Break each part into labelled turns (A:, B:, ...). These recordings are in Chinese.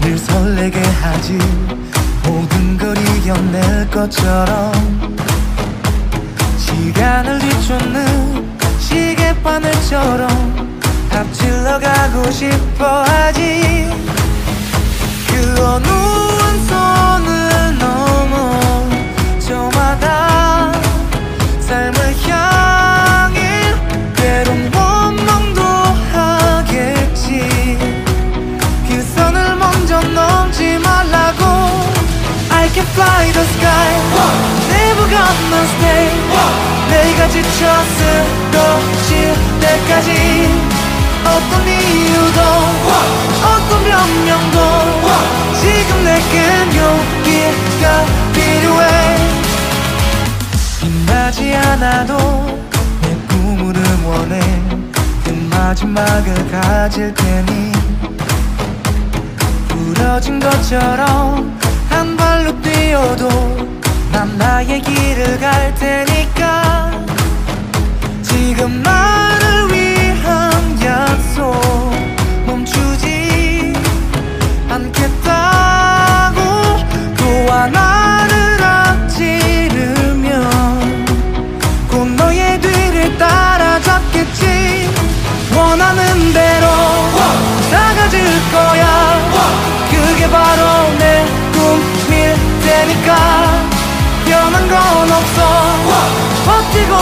A: 늘 설레게 하지 모든 걸 이겨낼 것처럼 시간을 뒤쫓는 시계바늘처럼 앞질러 가고 싶어 하지 그 어느 한 선을 넘어 저마다 삶을 향해 때론 원망도 하겠지 그 선을 먼저 넘지 말라고 I can fly the sky Never gonna stay 내가 지쳐 쓰러질 때까지 어떤 이유도 어떤 변명도 지금 내겐 용기가 필요해 빛나지 않아도 내 꿈을 응원해 그 마지막을 가질 테니 부러진 것처럼 한 발로 뛰어도 난 나의 길을 갈 테니까 지금 나를 위한 약속 멈추지 않겠다고 또한 나를 앞지르면 곧 너의 뒤를 따라잡겠지 원하는 대로 사가질 거야 그게 바로 내 꿈일 테니까 변한 건 없어 버티고 버텨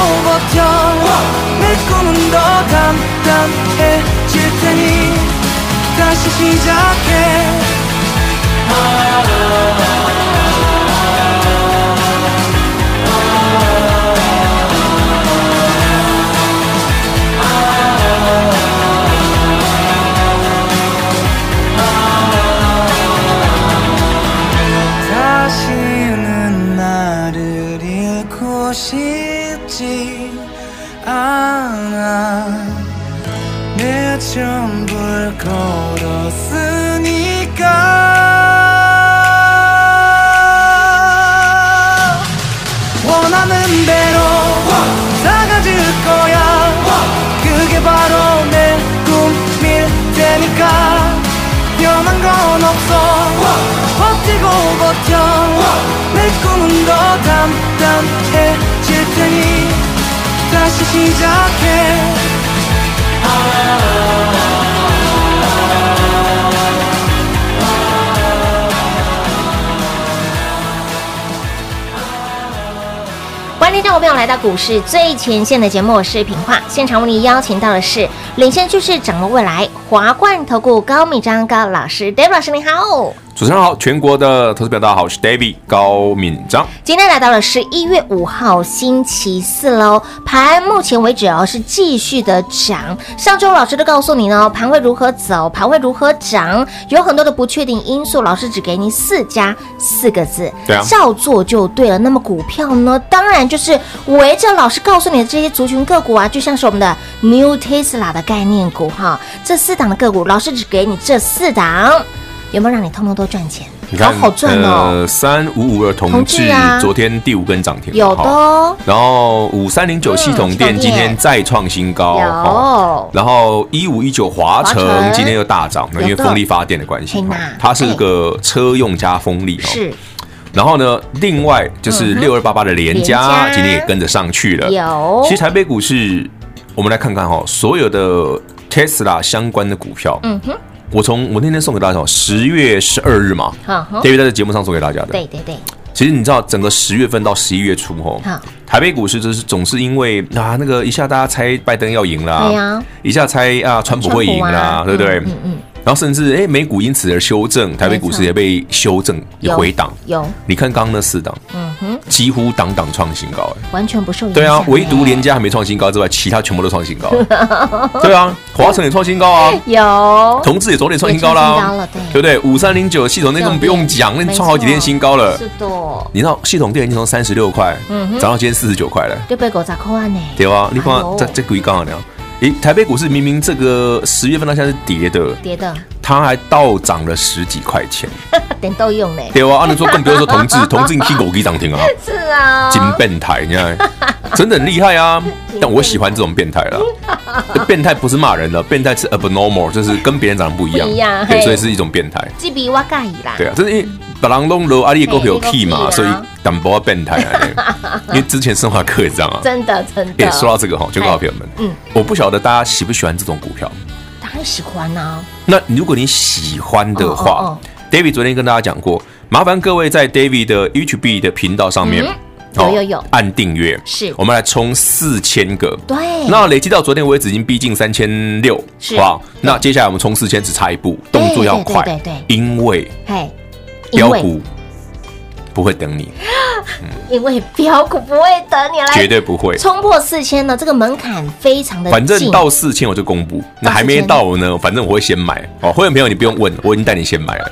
A: 내 꿈은 더 담담해질 테니 다시 시작해 다시는 나를 잃고 싶지 않아 내 전부를 걸었으니까 원하는 대로 사가질 거야 그게 바로 내 꿈일 테니까 변한 건 없어 버티고 버텨 내 꿈은 더 담담해질 테니 다시 시작해
B: 欢迎听众朋友来到股市最前线的节目，我是平化。现场为您邀请到的是领先趋势、掌握未来华冠投顾高敏章高老师，David 老师您好。
C: 主持人好，全国的投资表大家好，我是 David 高敏章。
B: 今天来到了十一月五号星期四喽，盘目前为止哦是继续的涨。上周老师都告诉你呢，盘会如何走，盘会如何涨，有很多的不确定因素，老师只给你四加四个字，
C: 对啊
B: 照做就对了。那么股票呢，当然就是围着老师告诉你的这些族群个股啊，就像是我们的 New Tesla 的概念股哈，这四档的个股，老师只给你这四档，有没有让你通通都赚钱？好好赚哦。
C: 呃，三五五二同
B: 同
C: 志
B: 志啊
C: 昨天第五根涨停，
B: 有的嗯
C: 哈。
B: 哦，
C: 然后五三零九系统
B: 系统
C: 店
B: 店
C: 今天再创新高，哈
B: 有
C: 然后一五一九华
B: 华城
C: 城今天又大涨，
B: 有
C: 因为
B: 的
C: 风力发电的关系
B: 嘿，呐
C: 哈它是个车用加风力，哈。
B: 是
C: 然后呢，另外就是
B: 哎嗯哼
C: 六二八八的联
B: 联
C: 家
B: 家
C: 今天也跟着上去了，
B: 有
C: 其实台北股市，我们来看看哈、所有的 Tesla 相关的股票，
B: 嗯哼，
C: 我从我那天送给大家哦，十月十二日嘛
B: 嗯哼
C: ，David 在节目上送给大家的。
B: 对对对，
C: 其实你知道，整个十月份到十一月初吼
B: 好，
C: 台北股市就是总是因为啊那个一下大家猜拜登要赢啦，
B: 对呀
C: 一下猜啊川普会赢
B: 川
C: 啦，
B: 普啊
C: 对不对？
B: 嗯嗯嗯
C: 然后甚至哎美股因此而修正，台北股市也被修正也
B: 有
C: 回档。
B: 有，
C: 你看刚刚那四档，
B: 嗯哼，
C: 几乎档档创新高、哎
B: 完全不受影响。
C: 对 啊，唯独
B: 哎
C: 连家还没创新高之外，其他全部都创新高。 对啊，华晨也创新高啊，
B: 有
C: 同志也昨天创新高
B: 哎也创新高了
C: 啦，
B: 对
C: 不对？五三零九系统那根本不用讲，那你创好几天新高了
B: 是。的，
C: 你知道系统店已经从三十六块
B: 嗯哼
C: 涨到今天四十九块了，
B: 对被狗砸扣啊呢。
C: 对吧？你看
B: 哎呦
C: 这这鬼杠啊，你咦，台北股市明明这个十月份到现在是跌的，
B: 跌的，啊
C: 它还倒涨了十几块钱，
B: 点都用呢。
C: 对吧？啊，你说更不要说同 志，同志你 K 狗给涨停啊，
B: 是啊，
C: 金变态，你看，真的很厉 害啊！但我喜欢这种变态啦，变态不是骂人的，变态是 abnormal，就是跟别人长得不一样，
B: 不一样
C: 对，
B: 嘿
C: 所以是一种变态。
B: 这比我介意啦。
C: 对啊，就是因为把人弄楼阿里股
B: 嘿
C: 票
B: 你
C: key
B: 个屁
C: 嘛，
B: 啊
C: 所以淡薄变态啊。 因为之前生化课也这样啊。
B: 真的真
C: 也
B: 的。
C: 说到这个哈，就告诉朋友们，
B: 嗯
C: 嗯，我不晓得大家喜不喜欢这种股票。
B: 当然喜欢呐，
C: 那如果你喜欢的话
B: 哦哦
C: ，David 昨天跟大家讲过，麻烦各位在 David 的 YouTube 的频道上面
B: 嗯，
C: 哦
B: 有有有
C: 按订阅，
B: 是
C: 我们来冲四千个。
B: 对，
C: 那累积到昨天为止已经逼近三千六，好不好？那接下来我们冲四千只差一步，
B: 对
C: 动作要快，
B: 对对对
C: 因为
B: 嘿，因
C: 标
B: 为
C: 股不会等你，
B: 因为标股不会等你来，
C: 绝对不会。
B: 冲破四千呢，这个门槛非常的近，
C: 反正到四千我就公布，那还没到呢，反正我会先买哦。会员朋友你不用问，我已经带你先买了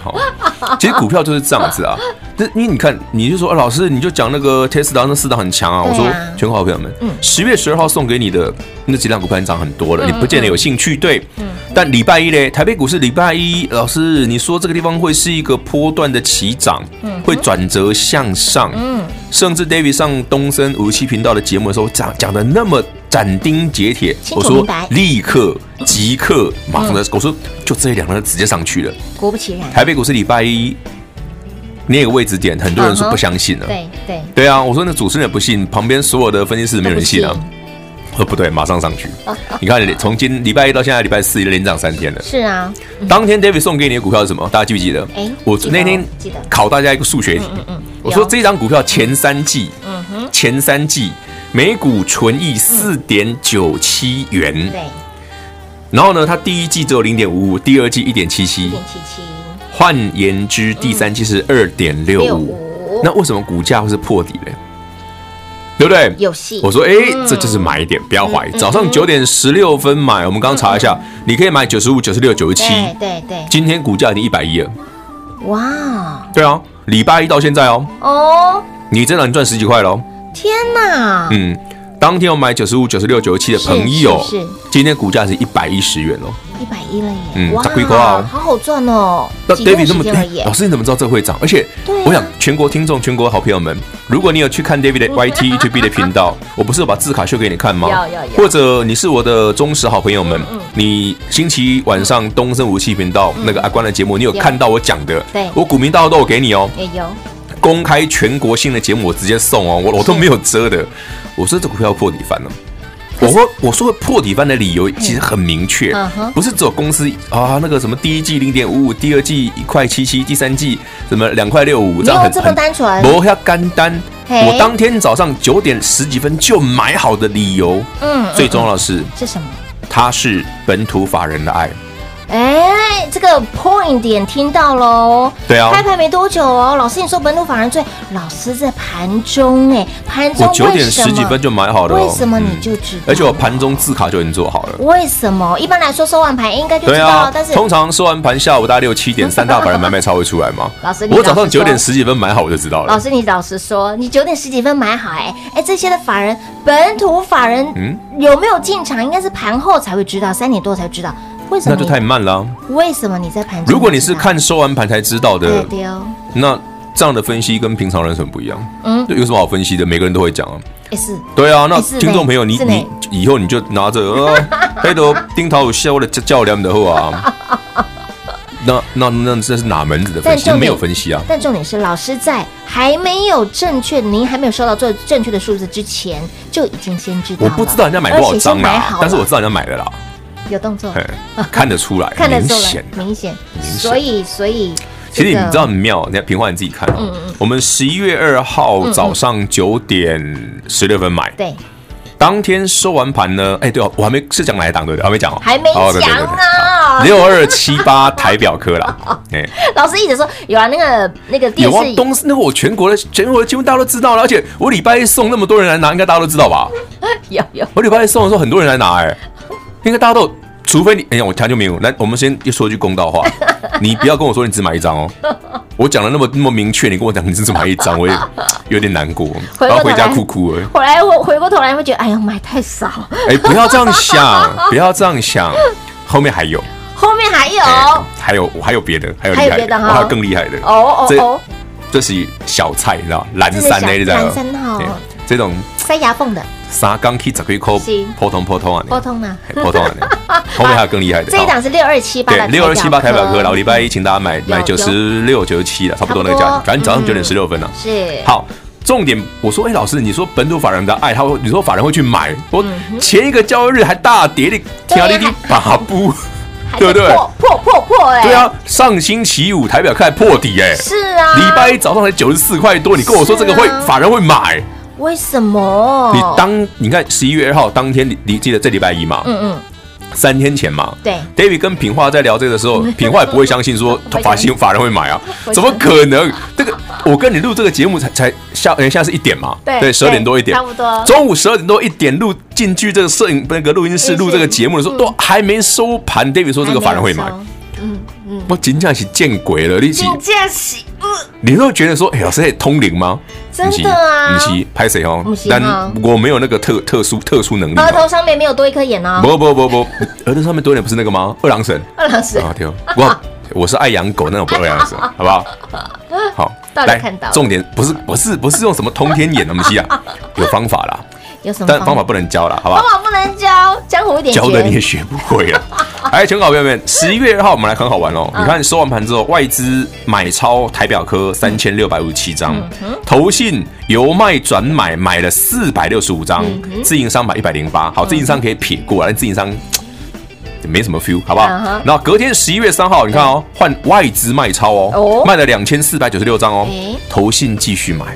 C: 哈、 其实股票就是这样子啊，那因为你看，你就说、啊老师你就讲那个 Tesla 那四档很强啊，我说
B: 对啊
C: 全国好朋友们
B: 嗯，
C: 十、月十二号送给你的那几档股票已经涨很多了，你不见得有兴
B: 嗯
C: 趣对。但礼拜一嘞，台北股市礼拜一，老师你说这个地方会是一个波段的起涨，会转折向上，
B: 嗯，
C: 甚至 David 上东森五七频道的节目的时候讲讲的那么斩钉截铁，
B: 清楚
C: 我说
B: 明白嗯
C: 立刻即刻马上的，我说就这两个直接上去了。
B: 果不其然，
C: 台北股市礼拜一那个位置点，很多人说
B: 嗯哼
C: 不相信了。
B: 对对，
C: 对啊，我说那主持人也不信，旁边所有的分析师没有人信啊
B: 都不。
C: 呃，不对，马上上 去。你看，从今礼拜一到现在礼拜四，连涨三天了。
B: 是啊，
C: 当天 David 送给你的股票是什么？大家记不记得？
B: 哎
C: 我
B: 记得
C: 那天
B: 记得嗯
C: 考大家一个数学题，我说
B: 有嗯
C: 这张股票前三季，前三季每股纯益四点九七元，
B: 对，
C: 然后呢，它第一季只有零点五五，第二季一点七
B: 一
C: 七，
B: 点七七
C: 换言之，第三季是二点
B: 六
C: 六五。
B: 五，
C: 那为什么股价会是破底嘞？对不对？
B: 有嗯戏，
C: 我说，哎、这就是买点，不要
B: 嗯
C: 怀疑。早上九点十六分买，我们刚刚查一下，你可以买九十五、九十六、九十七。
B: 对对对，
C: 今天股价已经一百一了。
B: 哇
C: 对啊，礼拜一到现在哦，
B: 哦，
C: 你真的能赚十几块喽。
B: 天哪，
C: 嗯，当天我买九十五、九十六、九十七的朋友
B: 是是是，
C: 今天股价是一百一十元哦。
B: 一百一了耶，
C: 嗯
B: 哇
C: 十几块哦
B: 好好赚哦，
C: 那
B: 几天
C: David
B: 时
C: 这么
B: 间而已
C: 哎，老师你怎么知道这会涨？而且
B: 对啊
C: 我想全国听众、全国好朋友们，如果你有去看 David 的 YT、YouTube 的频道，我不是有把字卡秀给你看吗？
B: 有有有嗯
C: 或者你是我的忠实好朋友们，你星期一晚上东森武器频道那个阿关的节目，你有
B: 有
C: 看到我讲的？
B: 对
C: 我股民大号都有给你哦。
B: 也哎有，
C: 公开全国性的节目，我直接送哦，我我都没有遮的。我说这股票破底翻了。我说我说破底翻的理由其实很明确
B: 嗯哼，
C: 不是只有公司啊那个什么第一季零点五五，第二季一块七七，第三季什么两块六五，
B: 没
C: 这样
B: 有
C: 很
B: 这么单纯
C: 很，不要干单。
B: 嘿
C: 我当天早上九点十几分就买好的理由，
B: 嗯，
C: 最重要的是
B: 是什么？
C: 它是本土法人的爱。
B: 哎，这个 point 点听到喽。
C: 对啊
B: 开盘没多久哦，老师你说本土法人最，老师在盘中哎，盘中
C: 我九点
B: 为什么
C: 十几分就买好的哦，
B: 为什么你
C: 嗯
B: 就知道？
C: 而且我盘中字卡就已经做好了。
B: 为什么？一般来说收完盘应该就知
C: 对
B: 道
C: 啊
B: 了，但，是。
C: 通常收完盘下午大概六七点，三大法人买卖超会出来嘛
B: 老师你
C: 我早
B: 老
C: 上
B: 实
C: 九
B: 说
C: 点十几分买好我就知道
B: 老
C: 了。
B: 师你老实说，你九点十几分买好哎哎，这些的法人本土法人
C: 嗯
B: 有没有进场？应该是盘后才会知道，三点多才知道。为什么
C: 那就
B: 你？
C: 太慢了啊。
B: 为什么你在盘中？
C: 如果你是看收完盘才知道
B: 对
C: 的，
B: 对哦，
C: 那这样的分析跟平常人有什么不一样？
B: 嗯
C: 嗯，有什么好分析的？每个人都会讲啊。
B: 哎是
C: 对啊，那
B: 哎是呢
C: 听众朋友，你
B: 是呢
C: 你以后你就拿 着呃，黑头丁桃有笑我的教练的后啊。那那那这是哪门子的
B: 但
C: 分析？
B: 重点
C: 没有分析啊。
B: 但重点是，老师在还没有正确，您还没有收到最正确的数字之前，就已经先知道
C: 我
B: 了。
C: 不知道人家买多
B: 而
C: 少
B: 且先
C: 张
B: 买
C: 啦
B: 好，
C: 但是我
B: 了
C: 知道人家买了啦，
B: 有动作，
C: 嘿 看得出来，
B: 看得
C: 明
B: 出来
C: 显，啊
B: 明显。
C: 显
B: 所以，所以，
C: 其
B: 这
C: 实你
B: 个
C: 知道很妙，你看平花你自己看、
B: 嗯
C: 哦。我们十一月二号早上九点十六分买，
B: 对，
C: 当天收完盘呢，哎，对哦，我还没是讲哪一档对不对？还没讲哦，
B: 还没
C: 哦对对对
B: 讲
C: 对好
B: 啊，啦。
C: 六二七八台表科啦， 哎、
B: 老师一直说有啊，那个那个电
C: 有啊
B: 视，
C: 东那个我全国的全国的几乎大家都知道了，而且我礼拜一送那么多人来拿，应该大家都知道吧？
B: 有有
C: 我礼拜一送的时候很多人来拿、 哎，应该大家都，除非你，哎呀，我家就没有。来，我们先说一句公道 话，你不要跟我说你只买一张哦，我讲的那么那么明确，你跟我讲你只买一张， 我也有点难过，
B: 回过头来
C: 然后回家哭哭哎、
B: 回来我回过头来会觉得，哎呀，买太少，
C: 哎，不要这样 想，不要这样想，后面还有，
B: 后面还有
C: 哎还有我还有别的，还有厉
B: 还有
C: 害
B: 别的
C: 的，
B: 哈
C: 我还有更厉害的
B: 哦哦
C: 这
B: 哦，
C: 这是小菜，你知道吗，蓝山
B: 这是小
C: 的，你知道吗
B: 蓝山哦
C: 哎这种
B: 塞牙缝的，
C: 三缸去十几块
B: 是，
C: 普通普通啊，
B: 沟通呢。
C: 哎普通啊， 后面还有更厉害的。
B: 这一档是六二七八
C: 对
B: 的，
C: 六二七八台表科，然后礼拜
B: 一
C: 一请大家买买
B: 有
C: 九十六、九十七的，差不多那个价
B: 差不
C: 钱
B: 多，
C: 反正早上
B: 嗯
C: 九点十六分了。
B: 是
C: 好，重点我说，哎，老师，你说本土法人的爱，他会，你说法人会去买，我
B: 嗯
C: 前一个交易日还大跌的，
B: 对
C: 天
B: 呀
C: 你的把布，
B: 还
C: 对
B: 在
C: 不对？
B: 破破破破哎，
C: 对，啊，上星期五台表开始破底，哎，
B: 是啊，
C: 礼拜一早上才九十四块多，你跟我说这个会
B: 是啊哦
C: 法人会买，
B: 为什么？
C: 你当你看十一月二号当天，你你记得这礼拜一嘛，
B: 嗯嗯
C: 三天前嘛，
B: 对
C: David 跟品化在聊这 个时候，品化也不会相信说
B: 不会相信
C: 法新法人会 买啊
B: 不，会
C: 怎么可能？这个我跟你录这个节目才才下，呃现在是一点嘛，
B: 对
C: 十二点多一点
B: 差，不多
C: 中午十二点多一点录进去这个摄影那个录音室
B: 录音室
C: 录这个节目的时候，
B: 嗯
C: 都还没收盘，David 说这个法人会买
B: 还。没有收嗯嗯，
C: 我真正是见鬼了！你是
B: 金建喜，嗯
C: 你都觉得说，哎、老师在通灵吗？
B: 真的啊
C: 不是不是拍谁哦
B: 不是？
C: 但
B: 哦
C: 我没有那个特特殊特殊能力、
B: 额头
C: 哦。
B: 上面没有多一颗眼哦，
C: 不不不不，额头上面多一点不是那个吗？二郎神。
B: 二郎神
C: 啊，对哦，我我是爱养狗那种不二样 子，好不好？好，
B: 到底
C: 来
B: 看到了
C: 重点不是不是不是用什么通天眼那么 西啊，有方法啦，
B: 有什么
C: 但方法不能教啦，好不
B: 方
C: 好？
B: 法不能教，江湖一点
C: 教的你也
B: 绝
C: 学不会了。 哎，全港朋友们，十一月二号我们来很好玩哦。
B: 嗯
C: 你看收完盘之后，外资买超台表科三千六百五十七张，
B: 嗯
C: 投信由卖转买买了四百六十五张，
B: 嗯
C: 自营商买一百零八。好，自营商可以撇过来，但自营商。也没什么 feel，好不好
B: 嗯哼？
C: 然后隔天十一月三号，你看哦，换外资卖超
B: 哦
C: 哦，卖了两千四百九十六张哦
B: 诶，
C: 投信继续买。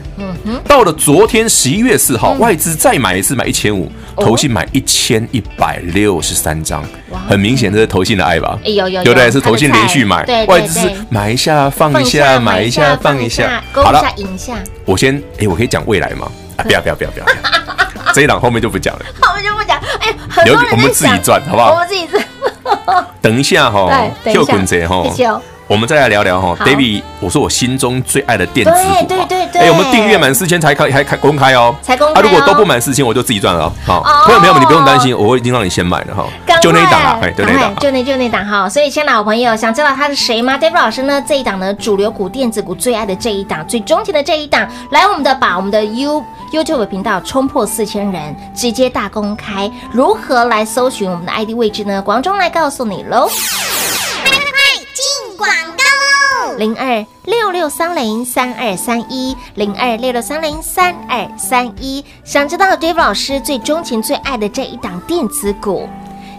C: 到了昨天十一月四
B: 嗯
C: 号，外资再买一次，买一千五，
B: 哦
C: 投信买一千一百六十三张，很明显这是投信的爱吧？
B: 哎有有有
C: 对不对？是投信
B: 他的菜
C: 连续买
B: 对对，
C: 外资
B: 对
C: 是买一下放一下，买一下放一下。
B: 勾
C: 好
B: 一
C: 了
B: 下，引一下，
C: 我先，哎，我可以讲未来吗？啊，不要不要不要不要，不要这一档后面就不讲了，
B: 我们就不讲，哎，很
C: 留
B: 多
C: 给
B: 人
C: 我们自己赚，好不哦好
B: 我？们自己赚，
C: 等一下哈，
B: 对，等
C: 滚
B: 一
C: 贼
B: 下，
C: 哈
B: 一。起哦，
C: 我们再来聊聊哈
B: 好
C: ，David，我说我心中最爱的电子股啊，
B: 对对对对
C: 哎，我们订阅满四千才开，还开公开哦，
B: 才公开哦
C: 啊，如果都不满四千，我就自己赚了哦。
B: 哦
C: 好，朋友朋友们，你不用担心，我已经让你先买了哈
B: 赶，快
C: 就那一档啦，哎，就那一
B: 赶
C: 档
B: 快，就那就那档哈。所以，亲爱的好朋友，想知道他是谁吗？David 老师呢？这一档呢，主流股、电子股最爱的这一档，最钟情的这一档，来我们的把我们的 You YouTube 频道冲破四千人，直接大公开。如何来搜寻我们的 ID 位置呢？广中来告诉你喽。零二六六三零三二三一，零二六六三零三二三一。想知道 Dave 老师最钟情、最爱的这一档电子股，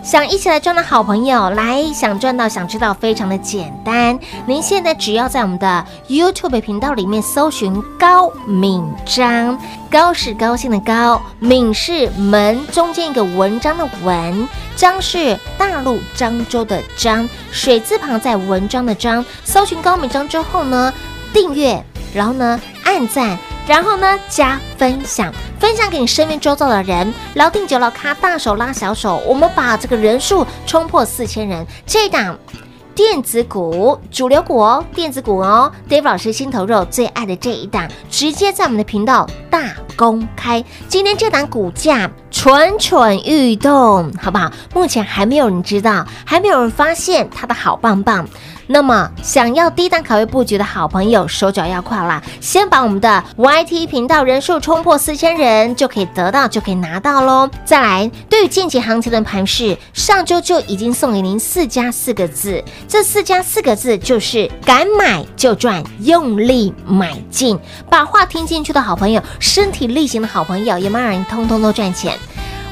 B: 想一起来赚的好朋友，来想赚到、想知道，非常的简单。您现在只要在我们的 YouTube 频道里面搜寻高敏章，高是高兴的高，敏是门中间一个文章的文，章是大陆漳州的漳，水字旁在文章的章。搜寻高敏章之后呢，订阅，然后呢按赞，然后呢加分享，分享给你身边周遭的人。老定九老咖大手拉小手，我们把这个人数冲破四千人，这档。电子股主流股哦，电子股哦，Dave 老师心头肉最爱的这一档，直接在我们的频道大公开。今天这档股价蠢蠢欲动，好不好？目前还没有人知道，还没有人发现它的好棒棒。那么，想要低档卡位布局的好朋友，手脚要快啦！先把我们的 YT 频道人数冲破四千人，就可以得到，就可以拿到喽。再来，对于近期行情的盘势，上周就已经送给您四加四个字，这四加四个字就是敢买就赚，用力买进。把话听进去的好朋友，身体力行的好朋友，有没有让你通通都赚钱？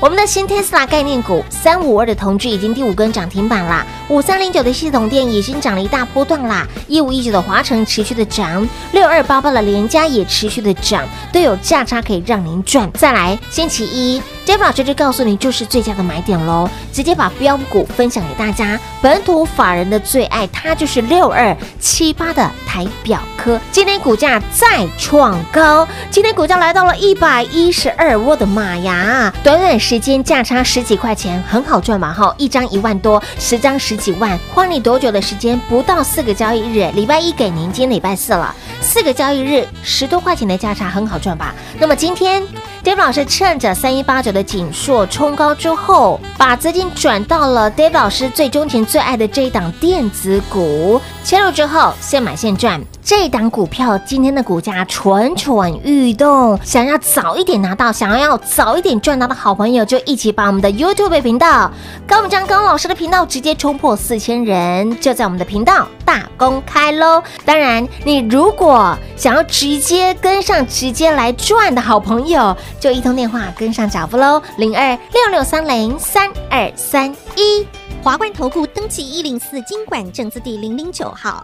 B: 我们的新 Tesla 概念股三五二的同居已经第五根涨停板啦，五三零九的系统店已经涨了一大波段啦，一五一九的华城持续的涨，六二八八的联家也持续的涨，都有价差可以让您赚。再来，星期一，David 老师就告诉你，就是最佳的买点喽，直接把标股分享给大家。本土法人的最爱，它就是六二七八的台表科，今天股价再创高，今天股价来到了一百一十二，我的妈呀！短短时间价差十几块钱，很好赚嘛哈，一张一万多，十张十几万，花你多久的时间？不到四个交易日，礼拜一给您，今天礼拜四了，四个交易日十多块钱的价差，很好赚吧？那么今天 David 老师趁着三一八九的紧硕冲高之后，把资金转到了 David 老师最钟情、最爱的这一档电子股，切入之后现买现赚。这一档股票今天的股价蠢蠢欲动，想要早一点拿到，想要早一点赚到的好朋友，就一起把我们的 YouTube 频道高敏章高老师的频道直接冲破四千人，就在我们的频道大公开喽！当然，你如果想要直接跟上、直接来赚的好朋友，就一通电话跟上脚步喽，零二六六三零三二三一。
D: 华冠投顾登记一零四经管证字第零零九号。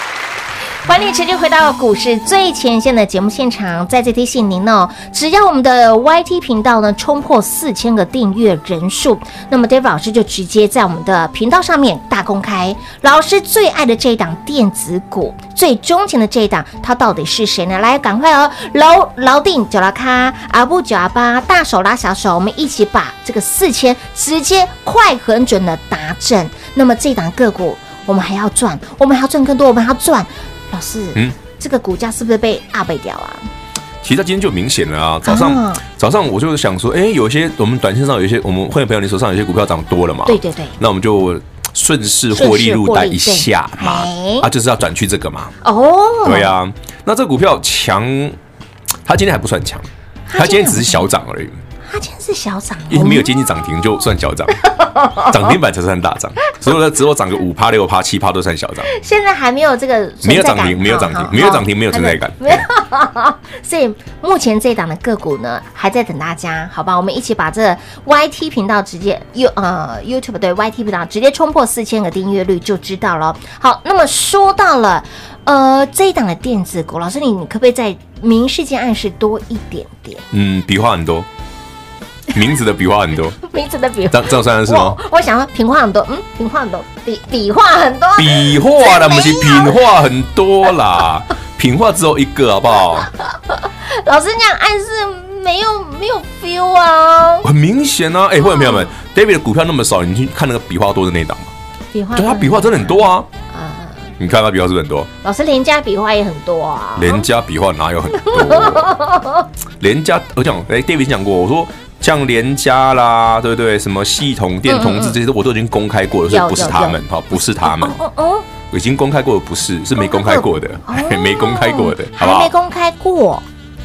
B: 欢迎持续回到股市最前线的节目现场，再次提醒您哦，只要我们的 YT 频道呢冲破四千个订阅人数，那么 David 老师就直接在我们的频道上面大公开老师最爱的这一档电子股，最钟情的这一档，它到底是谁呢？来，赶快哦，牢牢定九拉咖阿布九阿八，大手拉小手，我们一起把这个四千直接快很准的达阵。那么这档个股，我们还要赚，我们还要赚更多，我们还要赚。老师，
C: 嗯
B: 这个股价是不是被压背掉啊？
C: 其实它今天就明显了啊，早上、
B: 啊
C: 早上我就想说，哎、有一些我们短线上有一些我们会员朋友你手上有些股票涨多了嘛，
B: 对对对，
C: 那我们就顺势获利入袋一下嘛
B: 顺势获利对，
C: 啊，就是要转去这个嘛，
B: 哦，
C: 对啊，那这股票强，它今天还不算强，它今天只是小涨而已，
B: 它今天是小涨哦，
C: 因为没有接近涨停就算 小涨，涨停板才算大涨，所以呢，只有涨个五趴、六趴、七趴都算小涨，
B: 现在还没有这个存在
C: 没有涨
B: 感啊
C: 停，没有涨
B: 好好
C: 停，没有涨停，没有
B: 好
C: 存在感。
B: 没有，所以目前这档的个股呢，还在等大家，好吧？我们一起把这 YT 频道直接 You 呃 YouTube 对 YT 频道直接冲破四千个订阅率就知道了。好，那么说到了呃这一档的电子股，老师你你可不可以再明示见暗示多一点点？
C: 嗯，笔画 很多，名字的笔画很多，
B: 名字的比
C: 这样这样算是吗
B: 我？我想要平话很多，嗯，平话很多，笔笔画很多，
C: 笔画啦，不是
B: 啊
C: 品画很多啦， 品画只有一个好不好？
B: 老师这样暗示没有没有 feel 啊，
C: 很明显啊！哎、会员朋友
B: 嗯
C: 们，David 的股票那么少，你去看那个笔画多的那一档嘛，
B: 笔画
C: 对他笔画真的很多啊。你看他笔画是不是很
B: 嗯
C: 多，啊
B: 老师连加笔画也很多啊，
C: 连家笔画哪有很多？ 连家，我讲，哎、d a v i d 讲过，我说像连家啦，对不对？什么系统电同志这些，我都已经公开过了，
B: 嗯
C: 所
B: 有
C: 以不是
B: 有
C: 他
B: 有
C: 们，哈，不是他们，
B: 哦哦，
C: 已经公开过的不是，是没公开过的，嘿 没公开过的，好不
B: 哦还没
C: 好？
B: 公开过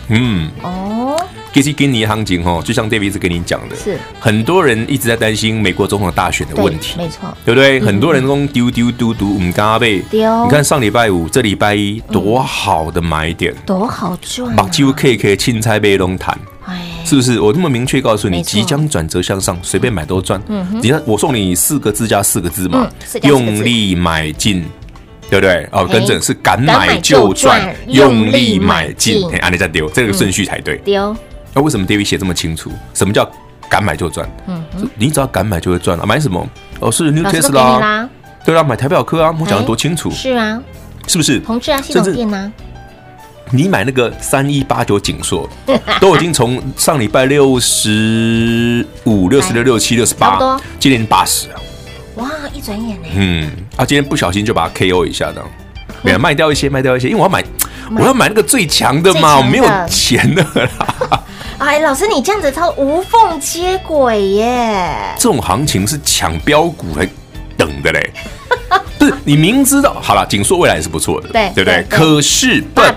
C: 嗯，
B: 哦，
C: 其实今年行情哦，就像 David 一直跟你讲的，
B: 是
C: 很多人一直在担心美国总统大选的
B: 对
C: 问题，
B: 没错，
C: 对不对？很多人都丢丢丢丢，我们刚刚被
B: 丢
C: 你看上礼拜五，这礼拜一多好的买点，
B: 多好赚
C: 把
B: 啊，
C: 几乎 K K 钦差被龙谈，
B: 哎，
C: 是不是？我那么明确告诉你，
B: 没错
C: 即将转折向上，随便买都赚。你看我送你四个字加四个字嘛
B: 嗯四，加四个字
C: 用力买进。对不对？哦，
B: 哎
C: 跟正是敢
B: 敢
C: 买
B: 买
C: 就
B: 就
C: 赚
B: 赚，
C: 用力买进
B: 用力买进，嗯
C: 哎，按你再丢，这个顺序才对。
B: 丢
C: 那为什么 David 写这么清楚？什么叫敢买就赚？嗯，你只要敢买就会赚啊！买什么？哦，是 New
B: 老师都
C: Tesla，
B: 给你啦，
C: 对啊，买台表科啊，我讲
B: 哎
C: 的多清楚，
B: 是啊，
C: 是不是？
B: 同志啊，系
C: 甚
B: 统
C: 至
B: 店啊，
C: 你买那个三一八九 锦硕，都已经从上礼拜六十五、六十六、六七、六十
B: 哎差不
C: 八
B: 多，
C: 今年八十啊，嗯
B: 哇，一转眼呢，
C: 嗯，啊，今天不小心就把它 KO 一下这样，没有卖掉一些，卖掉一些，因为我要买，我要买那个最强的
B: 最强
C: 嘛，
B: 的
C: 我没有钱的 啦。
B: 哎，老师，你这样子超无缝接轨耶！
C: 这种行情是抢标股还等 的嘞，不是你明知道好了，紧缩未来也是不错的，
B: 对
C: 对不对？
B: 对对
C: 可是 but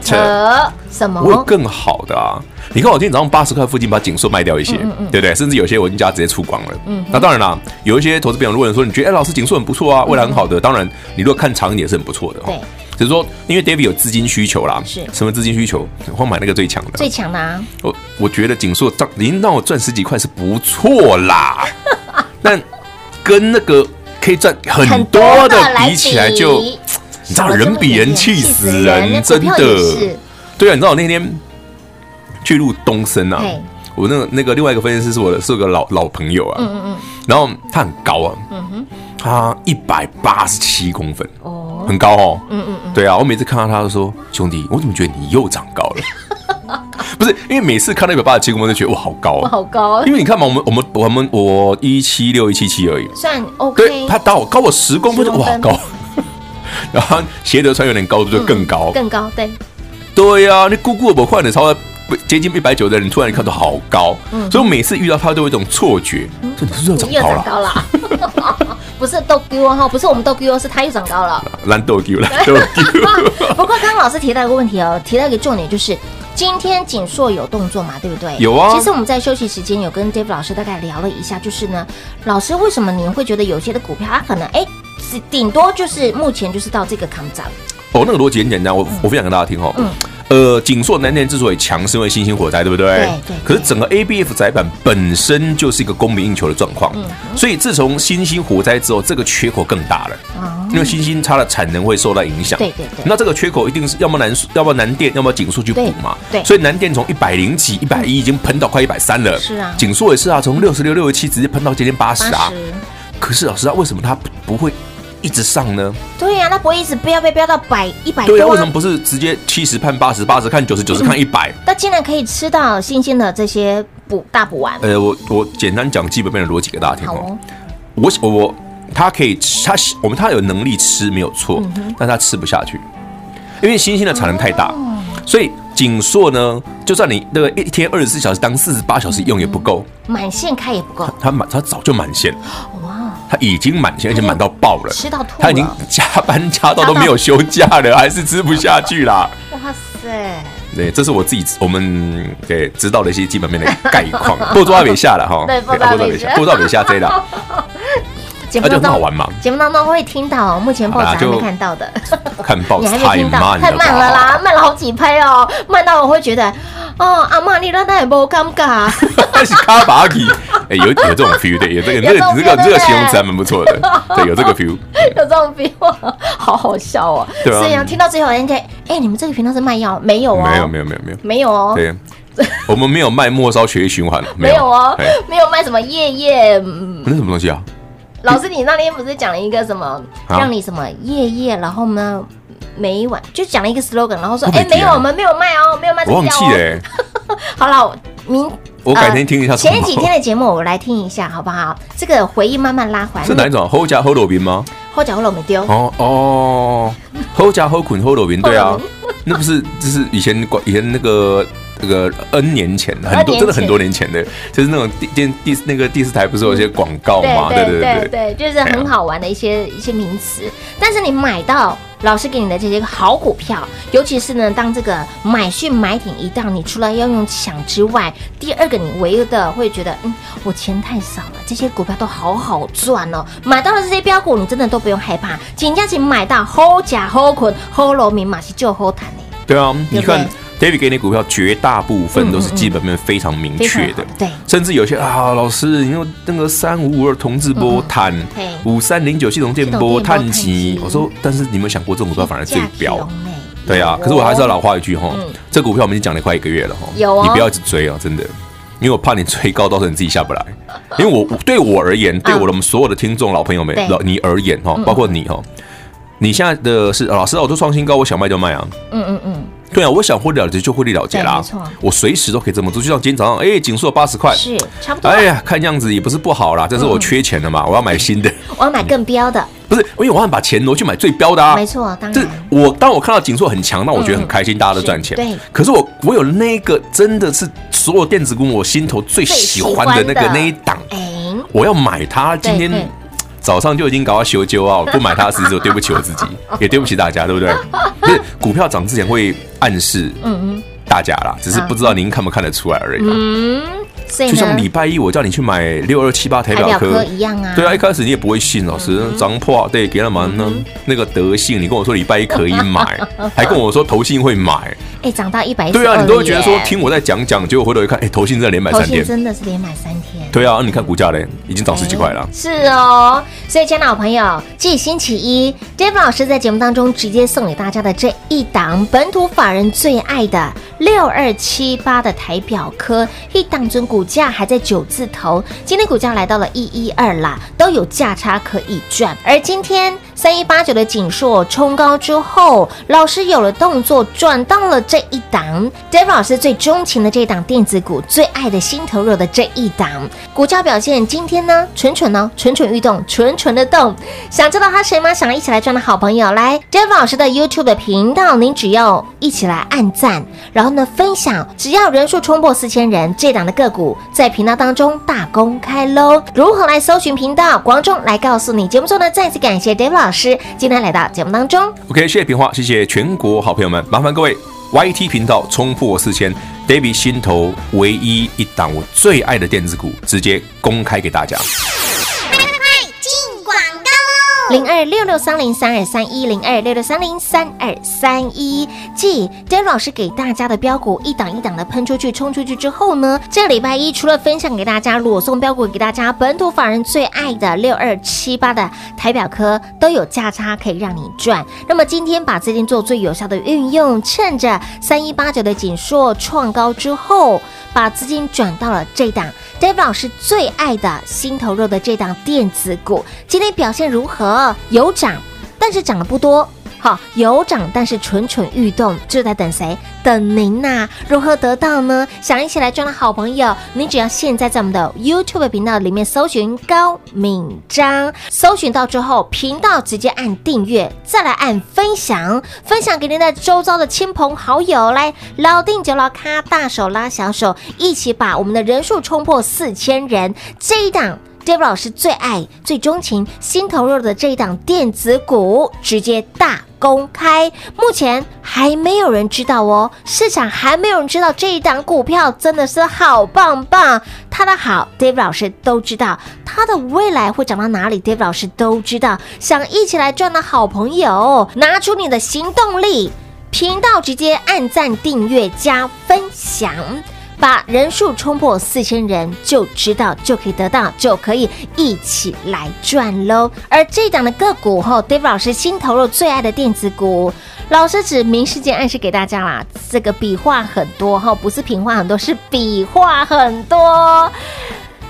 B: 什
C: 我有
B: 么？
C: 更好的啊！你看我今天早上八十块附近把紧缩卖掉一些，对不对？甚至有些我已经加直接出光了。那当然啦，有一些投资朋友如果有人说你觉得哎老师紧缩很不错啊，未来很好的，当然你如果看长一点是很不错的哦。
B: 对
C: 只是说，因为 David 有资金需求啦，
B: 是
C: 什么资金需求？我买那个最强的啊，
B: 最强的啊！
C: 我我觉得锦硕涨，您让我赚十几块是不错 啦，但跟那个可以赚很多的比哦起来就，你知道人比人气死人，真的。对啊，你知道我那天去录东升啊
B: 嘿，
C: 我那个那个另外一个分析师是我的是我个老老朋友啊，
B: 嗯
C: 然后他很高啊，他一百八十七公分，
B: 哦
C: 很高哦，嗯嗯嗯，对啊，我每次看到他都说，兄弟，我怎么觉得你又长高了？ 不是，因为每次看到一百八十七公分就觉得哇好高、
B: 我
C: 哦，
B: 好高，
C: 因为你看嘛，我们我们我们我一七六一七七而已，
B: 算
C: 对
B: OK，
C: 他打我高我十公分
B: 10
C: 就
B: 公
C: 哇好
B: 分
C: 高， 然后斜德川有点高度就更高，
B: 嗯更高，对，
C: 对呀、那姑姑我换的超接近一百九的人，突然看到好高，所以我每次遇到他都有一种错觉，这你是不是
B: 嗯又
C: 又长高
B: 长
C: 了，
B: 高了。 不是都丢哦，不是我们都丢哦，是他又长高 了。
C: 蓝豆 丢，蓝豆丢，
B: 不过刚刚老师提到一个问题哦，提到一个重点就是。今天锦硕有动作嘛，对不对？
C: 有啊
B: 其实我们在休息时间有跟 Dave 老师大概聊了一下，就是呢，老师为什么您会觉得有些的股票它可能哎，只顶多就是目前就是到这个 come down，
C: 哦，那个逻辑很简单，我
B: 嗯
C: 我分享给大家听哦。呃，锦硕南电之所以强，是因为新兴火灾，对不对？
B: 对对
C: 可是整个 ABF 载板本身就是一个供不应求的状
B: 嗯
C: 况，所以自从新兴火灾之后，这个缺口更大了。
B: 哦
C: 因为新兴它的产能会受到影响，
B: 对对对
C: 那这个缺口一定是要么南，要么南电，要么景硕去补嘛。
B: 对对
C: 所以南电从一百零几、一百一已经喷到快一百三了。
B: 是啊
C: 景硕也是啊，从六十六、六十七直接喷到接近八十
B: 八
C: 啊。
B: 十，
C: 可是老师啊，为什么它不不会一直上呢？
B: 对呀、那不会一直飙飙飙到百一百多、
C: 对啊，为什么不是直接七十看八十，八十看九十，九十
B: 嗯
C: 看一百？
B: 那竟然可以吃到新鲜的这些补大补丸，
C: 呃，我我简单讲基本面的逻辑给大家听
B: 好
C: 哦
B: 哦。，
C: 我我我，他可以吃，他我们他有能力吃没有错，
B: 嗯
C: 但他吃不下去，因为新兴的产能太大，
B: 哦
C: 所以锦硕呢，就算你那个一天二十四小时当四十八小时用也不够，
B: 满线开也不 够，
C: 它满它早就满线了，
B: 哦哇，
C: 它已经满线，而且满到爆了，
B: 吃到吐了
C: 它已经加班加到都没有休假了，还是吃不下去 啦。
B: 哇塞，
C: 对，这是我自己我们对知道的一些基本面的概 况，不抓尾下了哈，
B: 对
C: 不
B: 不抓尾下
C: 不抓尾下这 啦，
B: 节目
C: 而且
B: 当
C: 很好玩
B: 中，
C: 嘛，
B: 节目当中会听到哦目前报纸
C: 好啦
B: 还没
C: 就
B: 看到的。
C: 看报
B: 你还没
C: 太
B: 听到，
C: 慢了，
B: 太慢了啦，慢了好几拍哦，慢到我会觉得，哦，阿妈你让他也不尴尬，
C: 它 是卡巴基，哎，有有这种 feel 对，有这个
B: 有
C: 那
B: 这种
C: 个你这
B: feel，对
C: 个这个
B: 不对
C: 形容词还蛮不错的，对，有 这个 feel，
B: 有这种 feel，好啊 好笑哦。
C: 对啊
B: 所以啊，听到最后，人家哎，你们这个频道是卖药没有哦？
C: 没有没有没有没有，
B: 没有哦，
C: 对，我们没有卖末梢血液循环，
B: 没有哦
C: 哎，
B: 没有卖什么夜夜。嗯
C: 那什么东西啊？
B: 老师，你那天不是讲了一个什么，
C: 啊
B: 让你什么夜夜，然后呢？每一晚就讲了一个 slogan，然后说：“
C: 我没
B: 哎，没
C: 记
B: 有，
C: 啊
B: 我们没有卖哦，没有卖这
C: 我
B: 个
C: 忘
B: 药
C: 记
B: 哦
C: 了，哎
B: 好了，我明
C: 我改天听一下
B: 呃
C: 什么
B: 前几天的节目我来听一下，好不好？这个回忆慢慢拉回来。
C: 是哪一种？hold 加 hold 饼吗？
B: 后脚后龙没丢，
C: 哦哦，hold 加 hold 捆 hold 饼，对啊，
B: 哦
C: 那不是就是以前管以前那个。那个呃 N 年前，很多
B: 年
C: 真
B: 前
C: 的很多年前的，就是那种电电第那个第四台不是有一些广告嘛？对对对对，
B: 对，就是很好玩的一些一些名词。但是你买到老师给你的这些好股票，尤其是呢，当这个买讯买点一到，你除了要用抢之外，第二个你唯一的会觉得，嗯，我钱太少了，这些股票都好好赚哦。买到了这些标股，你真的都不用害怕，请价请买到好假好捆好楼民马是就好谈的，
C: 对啊，
B: 对
C: 你
B: 不对
C: 看 David 给你股票，绝大部分都是
B: 嗯嗯嗯
C: 基本面非常明
B: 非常
C: 确
B: 好
C: 的，
B: 对。
C: 甚至有些啊，老师，你用那个三五五二同志波碳
B: 嗯嘿，
C: 五三零九系统电
B: 系统电
C: 波
B: 波
C: 碳
B: 碳
C: 基
B: 基，
C: 我说，但是你有没有想过，这种股票反而最
B: 有
C: 标？
B: 呢
C: 对啊，可是我还是要老话一句哈
B: 嗯，
C: 这股票我们已经讲了快一个月了哈，
B: 有哦
C: 你不要一直追哦，真的。因为我怕你追高，到时候你自己下不 来。因为我我对我而言，对我的我们所有的听众老朋友们
B: 啊对，嗯
C: 老你而言哈，包括你哈，你现在的是老师啊，我都创新高，我想卖就卖啊。
B: 嗯嗯嗯，
C: 对啊，我想获利了结就获利了结
B: 对
C: 啦
B: 没错，
C: 我随时都可以这么做。就像今天早上，哎，紧缩八十块，
B: 是差不多。嗯
C: 哎呀，看样子也不是不好啦，但是我缺钱了嘛，我要买新的。
B: 我要买更标的，
C: 不是，因为我想把钱挪去买最标的啊。
B: 没错，当
C: 就是
B: 然
C: 我当我看到景硕很强，那我觉得很开心，大家都赚钱。
B: 是对
C: 可是我我有那个真的是所有电子股我心头最喜欢的
B: 最喜
C: 那个
B: 欢的
C: 那一档，
B: 哎，
C: 我要买它。今天
B: 对
C: 早上就已经搞到修纠啊，我不买它，其实我对不起我 自己，也对不起大家，对不对？不是股票涨之前会暗示
B: 嗯嗯
C: 大家啦，只是不知道您看不看得出来而已啦。
B: 嗯，所以
C: 就像
B: 呢，
C: 礼拜一我叫你去买六二七八台
B: 台表
C: 表
B: 科
C: 科
B: 一样啊嗯
C: 对啊，一开始你也不会信，老师涨破啊对，给了嘛呢？那个德性，你跟我说礼拜一可以 买，还跟我说投信会买，
B: 哎，涨到一百，
C: 对啊，你都会觉得说听我在讲讲，结果回头一看，哎，投信真的连买
B: 投
C: 三
B: 信
C: 天，
B: 真的是连买三天。
C: 对啊，你看股价嘞，已经涨十几块了
B: 哎。是哦，所以，亲爱的好朋友，继星期一，Dave 老师在节目当中直接送给大家的这一档本土法人最爱的六二七八的台表科，一档尊股价还在九字头，今天股价来到了一一二啦，都有价差可以赚。而今天三一八九的锦硕冲高之后，老师有了动作，转到了这一档 Dave 老师最钟情的这一档电子股，最爱的新投入的这一档股价表现，今天呢蠢蠢哦，蠢蠢欲动，蠢蠢的动。想知道他谁吗？想一起来赚的好朋友，来 Dave 老师的 YouTube 的频道，您只要一起来按赞，然后呢分享，只要人数冲破四千人，这档的个股在频道当中大公开喽。如何来搜寻频道？广众来告诉你。节目中呢，再次感谢 Dave 老师今天来到节目当中。
C: OK，谢谢平花，谢谢全国好朋友们，麻烦各位 YT 频道冲破四千，David 心头唯一一档我最爱的电子股，直接公开给大家。
B: 零二六六三零三二三一零二六六三零三二三一。继 Dan 老师给大家的标股一档一档的喷出去、冲出去之后呢，这礼拜一除了分享给大家裸送标股给大家本土法人最爱的六二七八的台表科都有价差可以让你赚。那么今天把资金做最有效的运用，趁着三一八九的紧硕创高之后，把资金转到了这档 Dave 老师最爱的新投入的这档电子股，今天表现如何？有涨，但是涨得不多。好，有涨，但是蠢蠢欲动，就在等谁？等您呐、如何得到呢？想一起来赚的好朋友，您只要现在在我们的 YouTube 频道里面搜寻高敏章，搜寻到之后，频道直接按订阅，再来按分享，分享给您的周遭的亲朋好友，来老定九老咖，大手拉小手，一起把我们的人数冲破四千人，这一档。Dave 老师最爱、最钟情、新投入的这一档电子股，直接大公开。目前还没有人知道哦，市场还没有人知道这一档股票真的是好棒棒。它的好，Dave 老师都知道；它的未来会涨到哪里，Dave 老师都知道。想一起来赚的好朋友，拿出你的行动力，频道直接按赞、订阅、加分享。把人数冲破四千人，就知道就可以得到，就可以一起来赚喽。而这档的个股后 d a v i d 老师新投入最爱的电子股，老师指明事件暗示给大家啦，这个笔画很多哈，不是平画很多，是笔画很多。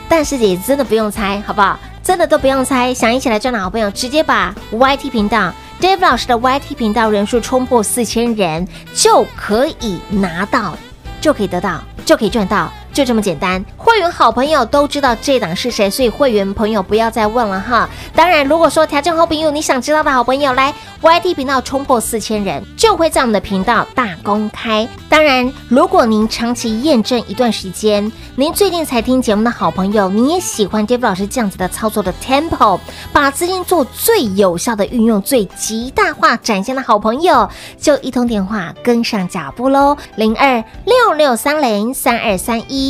B: 但是也真的不用猜，好不好？真的都不用猜，想一起来赚的好朋友，直接把 YT 频道 Dave 老师的 YT 频道人数冲破四千人，就可以拿到，就可以得到，就可以赚到。就这么简单，会员好朋友都知道这档是谁，所以会员朋友不要再问了哈。当然，如果说条件好朋友你想知道的好朋友来 YT 频道冲破四千人，就会在我们的频道大公开。当然，如果您长期验证一段时间，您最近才听节目的好朋友，你也喜欢 Dave 老师这样子的操作的 tempo，把资金做最有效的运用，最极大化展现的好朋友，就一通电话跟上脚步喽，零二六六三零三二三一